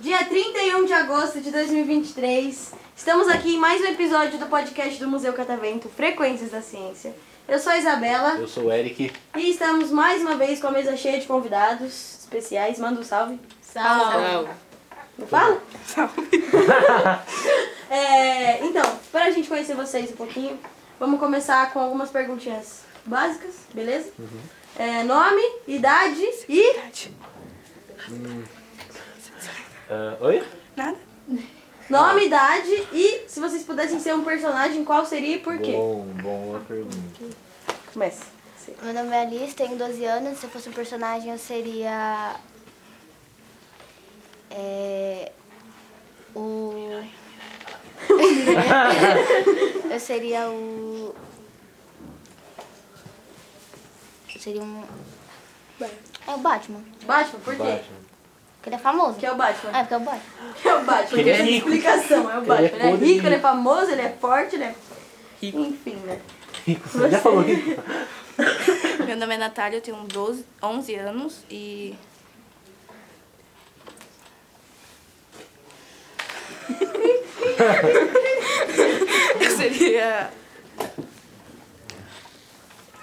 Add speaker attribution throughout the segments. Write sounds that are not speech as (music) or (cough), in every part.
Speaker 1: Dia 31 de agosto de 2023, estamos aqui em mais um episódio do podcast do Museu Catavento, Frequências da Ciência. Eu sou a Isabela
Speaker 2: Eu sou o Eric.
Speaker 1: e estamos mais uma vez com a mesa cheia de convidados especiais. Manda um salve.
Speaker 3: Então, Salve.
Speaker 1: Não fala? Salve. (laughs) é, então, para a gente conhecer vocês um pouquinho, vamos começar com algumas perguntinhas básicas, beleza? É, nome, idade e...
Speaker 2: Ah, oi?
Speaker 1: Nome, idade e se vocês pudessem ser um personagem, qual seria e por quê?
Speaker 2: Bom, boa pergunta.
Speaker 1: Começa.
Speaker 4: Meu nome é Alice, tenho 12 anos. Se eu fosse um personagem, eu seria. É. O. (laughs) eu seria o. Eu seria um. É o Batman,
Speaker 1: Batman, por quê?
Speaker 2: Batman.
Speaker 1: (laughs)
Speaker 4: porque ele é famoso.
Speaker 1: Que é o Batman.
Speaker 4: Ah, porque é o Batman.
Speaker 1: Que é o Batman.
Speaker 2: Ele é
Speaker 1: Essa
Speaker 2: rico.
Speaker 1: explicação, é o
Speaker 2: Ele
Speaker 1: Batman.
Speaker 2: é
Speaker 1: Ele é
Speaker 2: podre
Speaker 1: rico,
Speaker 2: de
Speaker 1: ele é famoso, ele é forte, ele é. Enfim, né?
Speaker 2: Você já falou isso?
Speaker 3: Meu nome é Natália, eu tenho 12, 11 anos e. (laughs) eu seria.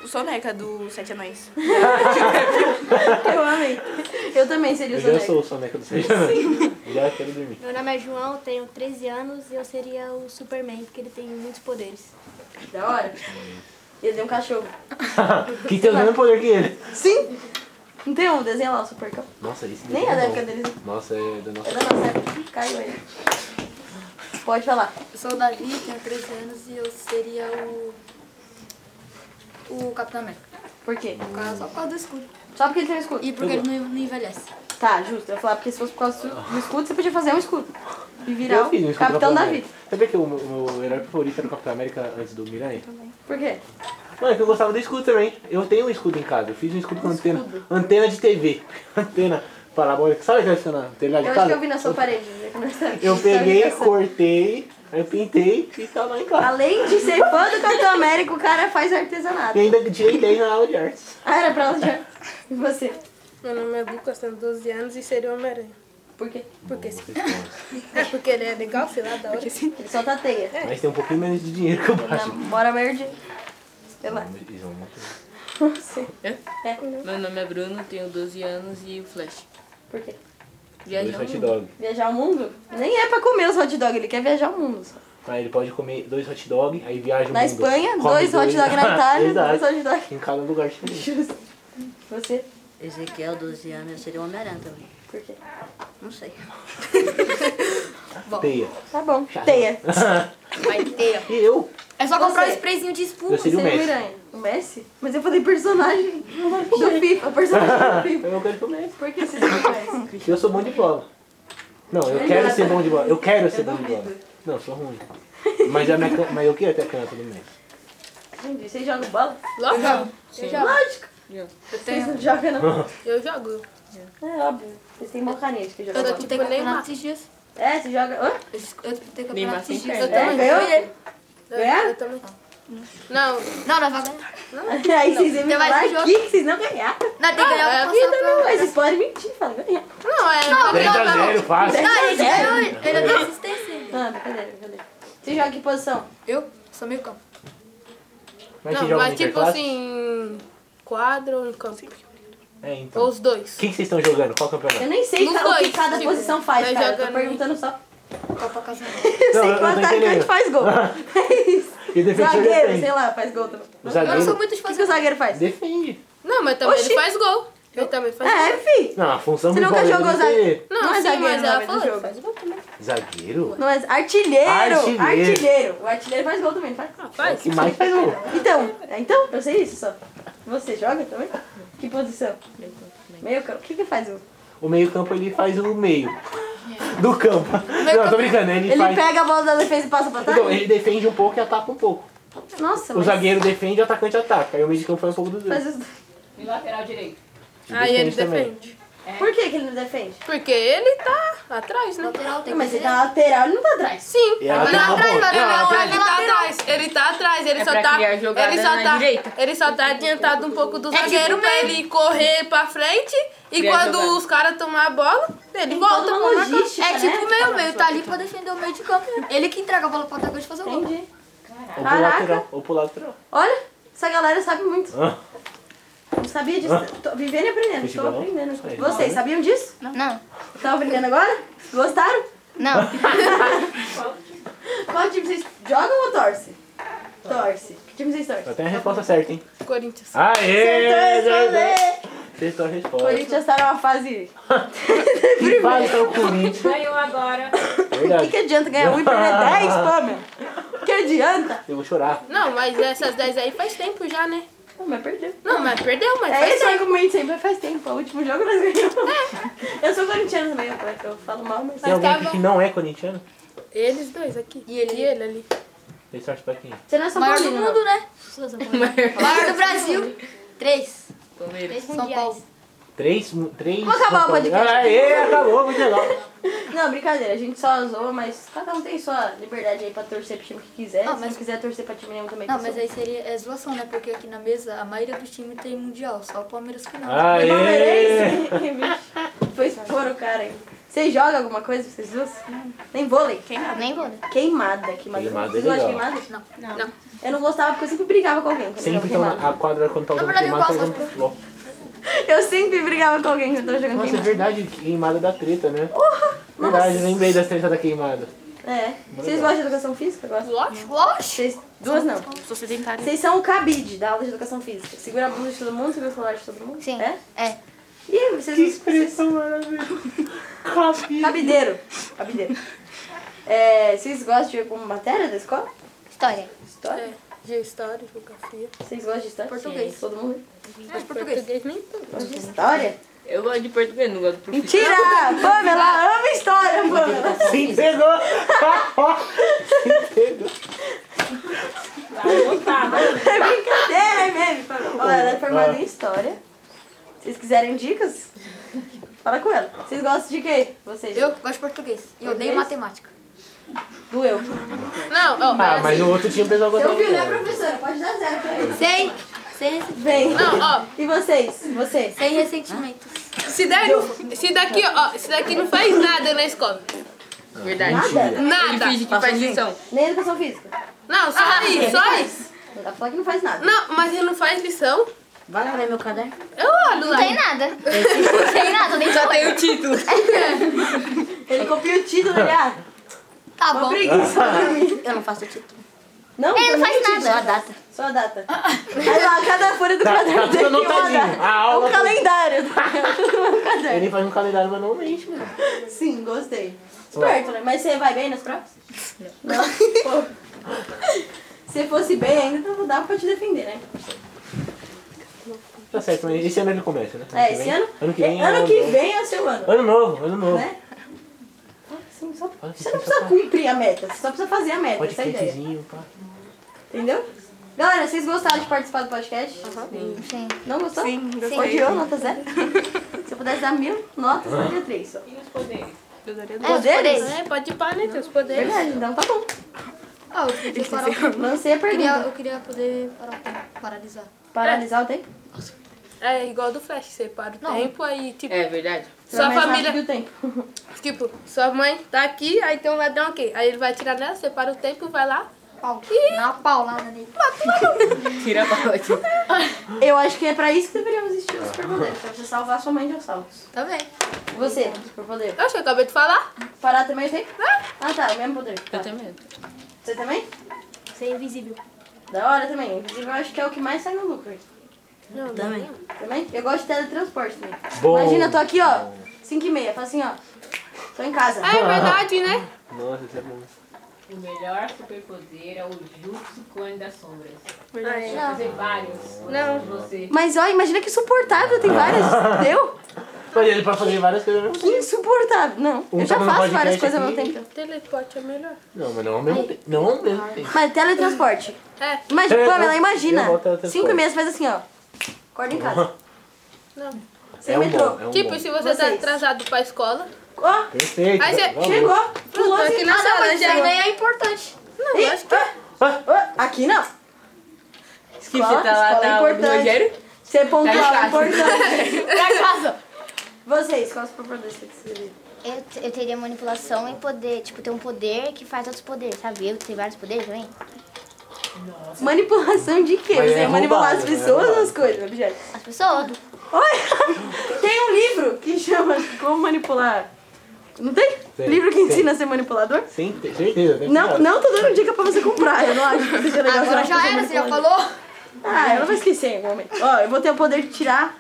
Speaker 3: O Soneca do Sete Anões.
Speaker 1: Eu (laughs) amei. Eu também seria o
Speaker 2: Eu já
Speaker 1: Soneca.
Speaker 2: sou o soneca do Sérgio. (laughs) Já quero dormir.
Speaker 5: Meu nome é João, eu tenho 13 anos e eu seria o Superman, porque ele tem muitos poderes.
Speaker 1: Da hora. Ele tem um cachorro.
Speaker 2: que tem o mesmo poder que ele.
Speaker 1: Sim! Não tem um desenho lá, o Super Cão.
Speaker 2: Nossa, isso
Speaker 1: Nem
Speaker 2: é
Speaker 1: é da
Speaker 2: bom.
Speaker 1: época deles.
Speaker 2: Nossa, é da
Speaker 1: É
Speaker 2: nossa.
Speaker 1: da nossa época. Ih, Caiu ele. Pode falar.
Speaker 6: Eu sou o Davi, tenho 13 anos e eu seria o. O Capitão América.
Speaker 1: Por quê?
Speaker 6: Por causa, só por causa do escudo.
Speaker 1: Só porque ele tem um escudo.
Speaker 6: E porque ele não, não envelhece.
Speaker 1: Tá, justo. Eu ia falar, porque se fosse por causa do escudo, você podia fazer um escudo. E virar
Speaker 2: Eu
Speaker 1: o
Speaker 2: fiz um escudo
Speaker 1: Capitão
Speaker 2: do Capitão
Speaker 1: Davi.
Speaker 2: América. Sabia que o meu, o meu herói favorito era o Capitão América antes do Miranha?
Speaker 1: Por quê?
Speaker 2: Mano, é que eu gostava do escudo também. Eu tenho um escudo em casa. Eu fiz um escudo com antena. Antena de TV. (laughs) Antena parabólica. Sabe aquela antena antena tá lá de
Speaker 1: Eu acho
Speaker 2: casa?
Speaker 1: que eu vi na sua parede. né, que nós tá-
Speaker 2: Eu peguei,
Speaker 1: tá me
Speaker 2: cortei, aí pintei e tá lá em casa.
Speaker 1: Além de ser fã do Capitão América, o cara faz
Speaker 2: E
Speaker 1: artesanato.
Speaker 2: ainda tirei 10 na aula de artes.
Speaker 1: Ah, era pra ela já. E você?
Speaker 7: Meu nome é Lucas, tenho 12 anos e seria o Homem-Aranha.
Speaker 1: Por quê?
Speaker 7: Por quê? É porque ele é legal, sei lá, da hora.
Speaker 1: Ele solta a teia.
Speaker 2: Mas tem um pouquinho menos de dinheiro que o Batman.
Speaker 1: Namora verde. Sei lá.
Speaker 2: Eles vão matar.
Speaker 1: Não sei.
Speaker 3: Meu nome é Bruno, tenho 12 anos e o Flash.
Speaker 1: Por quê?
Speaker 2: Dois hot dog.
Speaker 1: Viajar o mundo? Nem é pra comer os hot dog, ele quer viajar o mundo. só.
Speaker 2: Aí Tá, ele pode comer dois hot dog, aí viaja o
Speaker 1: Na
Speaker 2: mundo.
Speaker 1: Espanha,
Speaker 2: Come
Speaker 1: dois hot dog
Speaker 2: (laughs)
Speaker 1: na Itália, dois
Speaker 2: Exato.
Speaker 1: hot dog.
Speaker 2: Em cada lugar diferente.
Speaker 1: Justo. Você?
Speaker 8: Ezequiel, 12 anos, eu seria o Homem-Aranha também.
Speaker 1: Por quê?
Speaker 8: Não sei.
Speaker 2: Teia.
Speaker 1: Tá bom. Teia.
Speaker 6: Vai ter.
Speaker 2: (laughs) E eu?
Speaker 6: É só comprar
Speaker 1: Você.
Speaker 6: um sprayzinho de espuma.
Speaker 2: Eu seria o
Speaker 1: Você é
Speaker 2: Messi.
Speaker 1: Miranha. O Messi? Mas eu falei personagem do FIFA. Personagem do
Speaker 2: (laughs)
Speaker 1: FIFA.
Speaker 2: Então Eu quero ser o Messi.
Speaker 1: Por que você é o Messi?
Speaker 2: Eu sou bom de bola. Não, eu
Speaker 1: Ele
Speaker 2: quero
Speaker 1: não é
Speaker 2: ser
Speaker 1: bom.
Speaker 2: bom de bola. Eu quero ser
Speaker 1: Eu
Speaker 2: bom de bola.
Speaker 1: duvido.
Speaker 2: Não, eu sou ruim. Mas, a minha, can- mas eu quero ter a caneta do Messi.
Speaker 1: Entendi. Vocês jogam bola?
Speaker 7: Logo,
Speaker 1: Lógico.
Speaker 7: eu
Speaker 1: Vocês
Speaker 7: tenho.
Speaker 1: não jogam, não?
Speaker 7: Eu jogo.
Speaker 1: É óbvio. Vocês têm uma caneta que joga.
Speaker 6: Eu
Speaker 1: bola.
Speaker 6: disputei
Speaker 7: Tipo,
Speaker 6: campeonato
Speaker 7: Neymar.
Speaker 6: esses dias.
Speaker 1: É, você joga. Hã?
Speaker 6: Eu dis- eu disputei
Speaker 3: Neymar
Speaker 6: campeonato
Speaker 3: sem
Speaker 6: esses dias. Eu
Speaker 3: perna.
Speaker 1: É,
Speaker 6: também.
Speaker 1: ganhou?
Speaker 7: Eu,
Speaker 1: É?
Speaker 7: eu também. Não,
Speaker 8: né?
Speaker 6: Não, nós vamos ganhar.
Speaker 1: Aí vocês iam me
Speaker 6: Tem
Speaker 7: Então
Speaker 6: mais
Speaker 1: falar
Speaker 6: que jogo.
Speaker 1: aqui que vocês não ganharam.
Speaker 6: Nós tem que ganhar o
Speaker 1: Vida não, mas vocês podem mentir, falam ganhar.
Speaker 7: é não, é.
Speaker 6: Não, não, não.
Speaker 2: 10x0, fácil.
Speaker 6: Não, ele
Speaker 1: Zero.
Speaker 6: ganhou. Ele deu assistência.
Speaker 1: Ah, brincadeira, brincadeira. Você joga que posição?
Speaker 6: Eu sou meio campo.
Speaker 2: Mas você
Speaker 7: não,
Speaker 2: joga
Speaker 7: mas
Speaker 2: no
Speaker 7: tipo
Speaker 2: interclasse?
Speaker 7: assim, quadro ou em campo.
Speaker 2: É,
Speaker 7: Ou
Speaker 2: então.
Speaker 7: os dois.
Speaker 2: Quem que vocês estão jogando? Qual campeonato?
Speaker 1: Eu nem sei
Speaker 7: Não
Speaker 1: ca- o que
Speaker 7: foi,
Speaker 1: cada
Speaker 7: tipo,
Speaker 1: posição faz,
Speaker 7: vai
Speaker 1: cara. Eu tô
Speaker 7: jogando.
Speaker 1: perguntando só.
Speaker 6: Copa Casa
Speaker 1: Eu
Speaker 2: Não,
Speaker 1: sei
Speaker 2: eu
Speaker 1: que o
Speaker 2: não tô
Speaker 1: atacante
Speaker 2: entendendo.
Speaker 1: faz
Speaker 2: (laughs)
Speaker 1: gol. (laughs) É isso.
Speaker 2: E defensor
Speaker 1: Zagueiro,
Speaker 2: defende.
Speaker 1: sei lá, faz gol também.
Speaker 2: O
Speaker 6: Eu não sou
Speaker 2: zagueiro
Speaker 6: muito de
Speaker 1: O que, que
Speaker 6: fazer.
Speaker 1: o zagueiro faz?
Speaker 2: defende.
Speaker 7: Não, mas também
Speaker 1: Oxi.
Speaker 7: ele faz gol. Ele também faz gol.
Speaker 1: É, fi.
Speaker 2: Não, a função
Speaker 1: Você
Speaker 2: do
Speaker 1: nunca
Speaker 2: goleiro
Speaker 1: jogou
Speaker 2: é
Speaker 1: zagueiro?
Speaker 2: defender.
Speaker 7: Não,
Speaker 1: Não é
Speaker 7: sim,
Speaker 1: zagueiro
Speaker 7: mas ela
Speaker 1: o nome do
Speaker 7: falou, ele
Speaker 1: jogo.
Speaker 7: faz gol também.
Speaker 2: Zagueiro?
Speaker 1: Não é artilheiro.
Speaker 2: Artilheiro.
Speaker 1: Artilheiro. O artilheiro faz gol também, faz.
Speaker 7: Faz?
Speaker 2: É Que mais faz gol.
Speaker 1: Então, é, então, eu sei isso só. Você joga também? Que posição? Meio campo. O que que faz o...
Speaker 2: O meio campo ele faz o meio do campo. Não, tô brincando, ele,
Speaker 1: Ele
Speaker 2: faz.
Speaker 1: pega tá? a bola da defesa e passa pra trás?
Speaker 2: Então, ele defende um pouco e ataca um pouco.
Speaker 1: Nossa,
Speaker 2: O
Speaker 1: mas...
Speaker 2: zagueiro defende e o atacante ataca. Aí o meio de campo faz um pouco dos dois.
Speaker 1: Mas os...
Speaker 2: E
Speaker 3: Lateral direito.
Speaker 7: Aí ele
Speaker 2: também.
Speaker 7: defende.
Speaker 1: Por que, que ele não defende?
Speaker 7: Porque ele tá atrás, né?
Speaker 6: Lateral tem
Speaker 1: Mas
Speaker 6: que
Speaker 1: ele
Speaker 6: ser.
Speaker 1: tá na lateral, ele não tá atrás.
Speaker 7: Sim.
Speaker 2: E ela
Speaker 7: Ele
Speaker 2: tá
Speaker 7: tá
Speaker 2: na
Speaker 7: atrás,
Speaker 2: ponta.
Speaker 7: lateral,
Speaker 9: Não, ela tá
Speaker 7: ele tá atrás. Ele tá atrás, ele
Speaker 9: É
Speaker 7: só
Speaker 9: pra
Speaker 7: tá.
Speaker 9: criar jogada
Speaker 7: Ele só
Speaker 9: na
Speaker 7: tá.
Speaker 9: direita.
Speaker 7: Ele só tá adiantado um pouco do
Speaker 9: tipo
Speaker 7: zagueiro pra
Speaker 9: meio.
Speaker 7: ele correr pra frente. E
Speaker 9: Criar
Speaker 7: quando
Speaker 9: jogada.
Speaker 7: os caras tomar a bola, ele
Speaker 1: Tem
Speaker 7: volta
Speaker 1: toda uma
Speaker 7: pra marcar.
Speaker 1: logística,
Speaker 6: É tipo
Speaker 1: né?
Speaker 6: o meio, meio tá ali pra defender o meio de campo. Ele que entrega a bola pro atacante fazer o gol.
Speaker 1: Entendi.
Speaker 2: Ou pro
Speaker 1: Caraca.
Speaker 2: lateral. Ou pro lateral.
Speaker 1: Olha, essa galera sabe muito.
Speaker 2: Ah.
Speaker 1: Não sabia disso. Tô vivendo e aprendendo. Estou
Speaker 2: Futebol?
Speaker 1: aprendendo.
Speaker 2: Aí,
Speaker 1: Vocês
Speaker 2: tá.
Speaker 1: sabiam disso?
Speaker 4: Não,
Speaker 1: Estão aprendendo agora? Gostaram?
Speaker 4: não.
Speaker 1: (laughs) Qual time vocês jogam ou torce? Torce. Que time vocês
Speaker 2: Só
Speaker 1: torcem?
Speaker 2: tem a resposta certa, hein?
Speaker 7: Corinthians.
Speaker 2: Aê!
Speaker 1: Acertou a resposta.
Speaker 2: Acertou Acertou a
Speaker 1: O
Speaker 2: resposta.
Speaker 1: Corinthians tá numa fase.
Speaker 2: Que faz o Corinthians.
Speaker 9: Ganhou agora.
Speaker 1: O que,
Speaker 2: Verdade.
Speaker 1: que adianta ganhar um e perder
Speaker 2: (laughs)
Speaker 1: 10, Pamela? Que adianta?
Speaker 2: Eu vou chorar.
Speaker 7: Não, mas essas 10 aí faz tempo já, né?
Speaker 1: Não, mas perdeu.
Speaker 7: Não, mas perdeu, mas
Speaker 1: É
Speaker 7: faz
Speaker 1: esse
Speaker 7: tempo.
Speaker 1: argumento sempre faz tempo. O último jogo nós (laughs) ganhamos. Eu sou corintiana também, eu falo mal, mas.
Speaker 2: Tem alguém aqui que não é corintiano?
Speaker 7: Eles dois aqui. E ele, e ele ali.
Speaker 2: Tem sorte pra quem?
Speaker 1: Você não é São
Speaker 6: Maior do
Speaker 1: Paulino, não.
Speaker 6: mundo, né? Maior do Brasil. Três.
Speaker 9: Palmeiras.
Speaker 6: São Paulo.
Speaker 2: Três. mu- três né?
Speaker 1: Vou acabar o podcast.
Speaker 2: Aê, acabou, muito legal.
Speaker 1: Não, brincadeira, a gente só zoa, mas cada um tem sua liberdade aí pra torcer pro time que quiser.
Speaker 6: Ah,
Speaker 1: Se
Speaker 6: mas-
Speaker 1: não quiser torcer pra time nenhum também. tá
Speaker 6: Não,
Speaker 1: torcer.
Speaker 6: mas aí seria é zoação, né? Porque aqui na mesa a maioria dos times tem mundial, só o Palmeiras que não.
Speaker 2: Ah. Aê!
Speaker 1: Palmeirense, (laughs) bicho. Foi expor o cara aí. Vocês jogam alguma coisa, vocês duas? Nem vôlei?
Speaker 4: Nem vou. né?
Speaker 1: Queimada, queimada.
Speaker 2: Queimada
Speaker 1: vocês
Speaker 2: é
Speaker 1: gostam de
Speaker 2: legal.
Speaker 1: queimada?
Speaker 6: Não.
Speaker 1: Eu não gostava porque eu sempre brigava com alguém quando eu
Speaker 2: Sempre que
Speaker 1: jogava queimada.
Speaker 2: a quadra quando tá usando
Speaker 6: verdade, eu
Speaker 2: queimada, tá
Speaker 6: gosto
Speaker 2: usando futebol.
Speaker 1: Eu sempre brigava com alguém quando eu tava jogando
Speaker 2: Nossa, é
Speaker 1: queimada.
Speaker 2: verdade, queimada da treta, né? Verdade, lembrei da treta da queimada.
Speaker 1: É. Vocês gostam de educação física? Gostam?
Speaker 7: Lógico.
Speaker 1: Vocês duas não.
Speaker 3: Sou sedentária.
Speaker 1: Vocês são o cabide da aula de educação física. Segura a bunda de todo mundo, segura o celular de todo mundo.
Speaker 4: Sim.
Speaker 1: É?
Speaker 4: É.
Speaker 1: E vocês
Speaker 2: Que
Speaker 1: não-
Speaker 2: expressão maravilhosa. Capi.
Speaker 1: Cabideiro. Cabideiro. É, vocês gostam de alguma matéria da escola?
Speaker 4: História.
Speaker 1: História?
Speaker 7: De história, geografia.
Speaker 1: Vocês gostam de história?
Speaker 6: Português.
Speaker 1: Todo mundo
Speaker 7: Mas português nem tanto.
Speaker 1: gosta de história?
Speaker 9: Eu gosto de português, não gosto de português.
Speaker 1: Mentira! Pamela ama história, Pamela.
Speaker 2: Se pegou! (laughs) Se pegou!
Speaker 1: É brincadeira, é meme, Pamela. Ó, Ela é formada em história. Se vocês quiserem dicas, fala com ela. Vocês gostam de quê? Vocês?
Speaker 6: Eu gosto de português. E eu odeio
Speaker 1: Português?
Speaker 6: matemática.
Speaker 1: Do eu.
Speaker 7: Não, ó,
Speaker 2: Ah, mas no outro time o pessoal gostava.
Speaker 1: né,
Speaker 2: de bola.
Speaker 1: professora? Pode dar zero pra ele.
Speaker 6: Sem, sem,
Speaker 1: Vem.
Speaker 7: não, ó.
Speaker 1: E vocês? Vocês?
Speaker 6: sem ressentimentos.
Speaker 7: Se, der, se daqui, ó, se daqui não faz nada na escola.
Speaker 9: Verdade.
Speaker 1: Nada?
Speaker 9: Ele
Speaker 7: Nada.
Speaker 9: finge que faz lição.
Speaker 1: Nem educação física.
Speaker 7: Não, só isso, só isso.
Speaker 1: Não dá pra falar que não faz nada.
Speaker 7: Não, mas ele não faz lição.
Speaker 8: Vai lá ver meu caderno.
Speaker 7: Eu olho lá.
Speaker 4: Não tem nada. Não tem nada, nem
Speaker 9: Só tem o título.
Speaker 1: Ele copia o título, né? Ah,
Speaker 6: Tá
Speaker 1: uma
Speaker 6: bom.
Speaker 1: preguiça pra mim.
Speaker 8: Eu não faço título.
Speaker 1: Não,
Speaker 4: Ele não faz
Speaker 8: Só a
Speaker 4: nada.
Speaker 8: data.
Speaker 1: Só a data. Aí lá, cada folha do caderno tem
Speaker 2: Tá, tudo
Speaker 1: uma
Speaker 2: anotadinho.
Speaker 1: data.
Speaker 2: A
Speaker 1: É
Speaker 2: aula
Speaker 1: um
Speaker 2: foi-
Speaker 1: calendário.
Speaker 2: Ele faz um calendário manualmente, mano.
Speaker 1: Sim, gostei. Esperto, né? Mas você vai bem nas provas? Não.
Speaker 3: (laughs)
Speaker 1: Pô. Se fosse bem ainda, não dava pra te defender, né?
Speaker 2: Tá certo, mas esse ano ele começa, né?
Speaker 1: É,
Speaker 2: que
Speaker 1: esse
Speaker 2: vem-
Speaker 1: ano...
Speaker 2: Ano que vem.
Speaker 1: é,
Speaker 2: é
Speaker 1: ano
Speaker 2: o
Speaker 1: que vem é o seu ano,
Speaker 2: Ano novo, ano novo.
Speaker 1: né? Assim, só-
Speaker 2: Olha que
Speaker 1: Você não precisa cumprir a meta, você só precisa fazer a meta, essa é a ideia.
Speaker 2: Podcastzinho, pá.
Speaker 1: Entendeu? Galera, vocês gostaram de participar do podcast?
Speaker 4: Sim.
Speaker 1: Não gostou?
Speaker 3: Sim, gostei.
Speaker 1: Odiou, nota zero? Se eu pudesse dar mil notas, eu daria três só.
Speaker 3: Eu daria
Speaker 4: É, os poderes.
Speaker 7: É, pode ir pra, né? Tem os poderes.
Speaker 1: Verdade, então tá bom.
Speaker 6: Ah, eu queria parar o tempo.
Speaker 1: Lancei a
Speaker 6: Eu queria,
Speaker 1: pergunta.
Speaker 6: eu queria poder parar o tempo. Paralisar.
Speaker 1: Paralisar o tempo?
Speaker 7: É igual do Flash, você para o
Speaker 6: Não.
Speaker 7: tempo aí, tipo,
Speaker 9: É verdade.
Speaker 1: Você
Speaker 7: sua
Speaker 1: vai mais
Speaker 7: família.
Speaker 1: rápido que o tempo.
Speaker 7: Tipo, sua mãe tá aqui, aí tem um ladrão aqui. Aí ele vai tirar nela, você para o tempo, vai lá.
Speaker 6: Pau. Na paulada nele.
Speaker 9: Tira a bola.
Speaker 1: Eu acho que é pra isso que deveríamos existir os superpoderes. Pra você salvar sua mãe de assaltos.
Speaker 6: Também.
Speaker 4: Então,
Speaker 1: Você, superpoder.
Speaker 7: Oxe, eu acabei de falar.
Speaker 1: Parar também o tempo? Ah, tá, o mesmo poder. Tá.
Speaker 9: Eu tenho medo.
Speaker 1: Você também?
Speaker 5: Ser invisível.
Speaker 1: Da hora também. Inclusive, eu acho que é o que mais sai no lucro.
Speaker 8: Também.
Speaker 1: Também? Eu gosto de teletransporte também.
Speaker 2: Bom.
Speaker 1: Imagina, eu tô aqui, ó, 5 e meia. Fala assim, ó. Tô em casa.
Speaker 7: É verdade, né?
Speaker 2: Nossa, isso é bom.
Speaker 9: O melhor superpoder é o Jutsu Clone das Sombras. Verdade. Fazer vários. Não. Você.
Speaker 1: Mas ó, imagina que insuportável, tem
Speaker 2: (laughs)
Speaker 1: várias. Deu?
Speaker 2: Mas ele pode fazer várias coisas ao mesmo tempo.
Speaker 1: Insuportável. Não,
Speaker 2: Um
Speaker 1: eu já
Speaker 2: tá no
Speaker 1: faço várias
Speaker 2: podcast
Speaker 1: coisas ao mesmo
Speaker 2: aqui.
Speaker 1: tempo.
Speaker 7: Teleporte é melhor.
Speaker 2: Não, mas não ao mesmo tempo. Não ao mesmo tempo.
Speaker 1: Mas teletransporte.
Speaker 7: É,
Speaker 1: Imagina,
Speaker 2: É,
Speaker 1: Pamela,
Speaker 2: eu- eu
Speaker 1: imagina.
Speaker 2: volto ao teletransporte.
Speaker 1: Cinco meses faz assim, ó. Acorda em casa.
Speaker 7: não.
Speaker 1: Você
Speaker 2: é um
Speaker 1: metrô.
Speaker 2: bom, é um
Speaker 7: tipo,
Speaker 2: bom.
Speaker 7: se você tá
Speaker 1: Vocês.
Speaker 7: atrasado pra escola,
Speaker 1: Ó,
Speaker 2: Perfeito.
Speaker 7: Aí você
Speaker 2: valeu.
Speaker 1: chegou. Pulou
Speaker 7: tô
Speaker 1: assim.
Speaker 7: aqui na sala já.
Speaker 6: Isso nem é importante.
Speaker 7: Não,
Speaker 1: Ih,
Speaker 7: eu acho que
Speaker 1: ah, ah, ah, aqui não.
Speaker 9: Que você tá
Speaker 1: escola
Speaker 9: lá,
Speaker 1: é
Speaker 9: tá o
Speaker 1: importante.
Speaker 9: Rogério?
Speaker 1: Você
Speaker 7: Tá
Speaker 1: pontual é
Speaker 7: (laughs)
Speaker 1: importante.
Speaker 6: Pra casa.
Speaker 1: Vocês, quais propriedades que você escrever?
Speaker 4: Eu, te- eu teria manipulação e poder, tipo, ter um poder que faz outros poderes, sabe? Eu tenho vários poderes também.
Speaker 1: Manipulação de quê?
Speaker 2: Mas
Speaker 1: Você
Speaker 2: é
Speaker 1: manipular as
Speaker 2: roubado, né? É
Speaker 1: pessoas ou
Speaker 2: roubado.
Speaker 1: as coisas, objetos?
Speaker 4: As pessoas.
Speaker 1: Olha, (laughs) tem um livro que chama Como Manipular. Não tem?
Speaker 2: Tem,
Speaker 1: livro que
Speaker 2: tem.
Speaker 1: ensina a ser manipulador?
Speaker 2: Sim, tem certeza. deve
Speaker 1: Não,
Speaker 2: (laughs) ter.
Speaker 1: não tô dando dica pra você comprar, eu não acho que seja legal.
Speaker 6: Agora
Speaker 1: você
Speaker 6: já
Speaker 1: fazer
Speaker 6: era, você já
Speaker 1: manipulador.
Speaker 6: falou?
Speaker 1: Ah, eu não vou esquecer em algum momento. Ó, eu vou ter o poder de tirar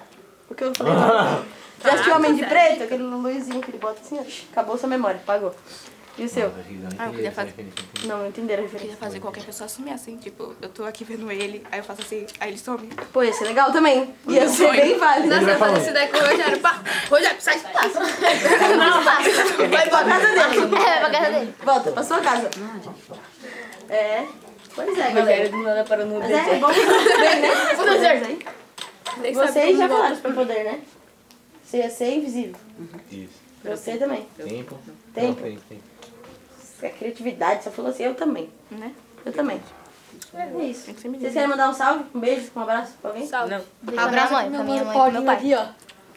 Speaker 1: o que eu falei.
Speaker 2: Ah.
Speaker 1: agora. Já assistiu Homem de Preto? Aquele luzinho que ele bota assim, ó. Acabou sua memória, apagou. E o seu?
Speaker 3: Ah, eu queria fazer.
Speaker 1: Não, não entenderam a
Speaker 3: Queria
Speaker 1: referência.
Speaker 3: fazer qualquer pessoa assumir assim, tipo, eu tô aqui vendo ele, aí eu faço assim, aí ele some.
Speaker 1: Pô, ia ser legal também. Ia ser bem válido.
Speaker 7: nós
Speaker 2: vai
Speaker 7: vamos fazer
Speaker 2: falando.
Speaker 7: isso daí com o Rogério. Pá, Rogério, sai.
Speaker 1: Pra casa dele.
Speaker 4: É, pra casa dele.
Speaker 1: Volta pra sua casa. É. Pois é, galera.
Speaker 8: Rogério do nada parou no
Speaker 1: Mas é bom que tudo bem, né? Esses poderes aí.
Speaker 7: Nem sabe
Speaker 1: Vocês
Speaker 7: como
Speaker 1: já
Speaker 7: volta.
Speaker 1: falaram sobre poder, né? Você ia ser invisível.
Speaker 2: Isso.
Speaker 1: Você também.
Speaker 2: Tempo. Não,
Speaker 1: Tempo.
Speaker 2: tem, tem.
Speaker 1: É criatividade, você falou assim, eu também.
Speaker 3: Né?
Speaker 1: Eu também. É isso.
Speaker 3: Tem que ser
Speaker 1: Vocês
Speaker 3: menino.
Speaker 1: querem mandar um salve, um beijo, um abraço pra alguém?
Speaker 7: Salve.
Speaker 4: Pra minha mãe, pra minha mãe, pro meu
Speaker 6: Paulinho
Speaker 4: pai.
Speaker 6: ali, ó.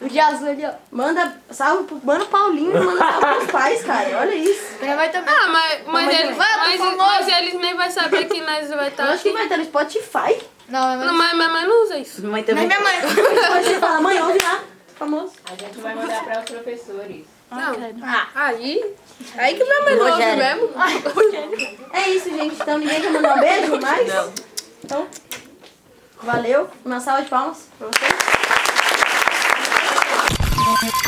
Speaker 6: O Jason ali, ó.
Speaker 1: Manda salve pro Mano Paulinho, manda salve pros pais, cara. Olha isso.
Speaker 6: Minha mãe também.
Speaker 7: Ah, mas, mas,
Speaker 1: Mamãe
Speaker 7: ele,
Speaker 1: também.
Speaker 7: mas, mas eles nem vão saber que nós vai
Speaker 1: Eu
Speaker 7: estar
Speaker 1: acho que
Speaker 7: Tá aqui.
Speaker 1: vai estar no Spotify.
Speaker 6: Não, minha
Speaker 7: Não,
Speaker 6: mãe.
Speaker 7: mas minha mãe não usa isso.
Speaker 8: Mãe também.
Speaker 6: Minha mãe.
Speaker 1: Depois (laughs) você fala, mãe, ouve lá. Famoso.
Speaker 9: A gente vai mandar para os professores.
Speaker 7: Não. Aí, aí que minha mãe não ouve
Speaker 8: Rogério.
Speaker 7: mesmo.
Speaker 1: É isso, gente. Então ninguém quer mandar um beijo mais? Então, valeu. Uma salva de palmas pra vocês.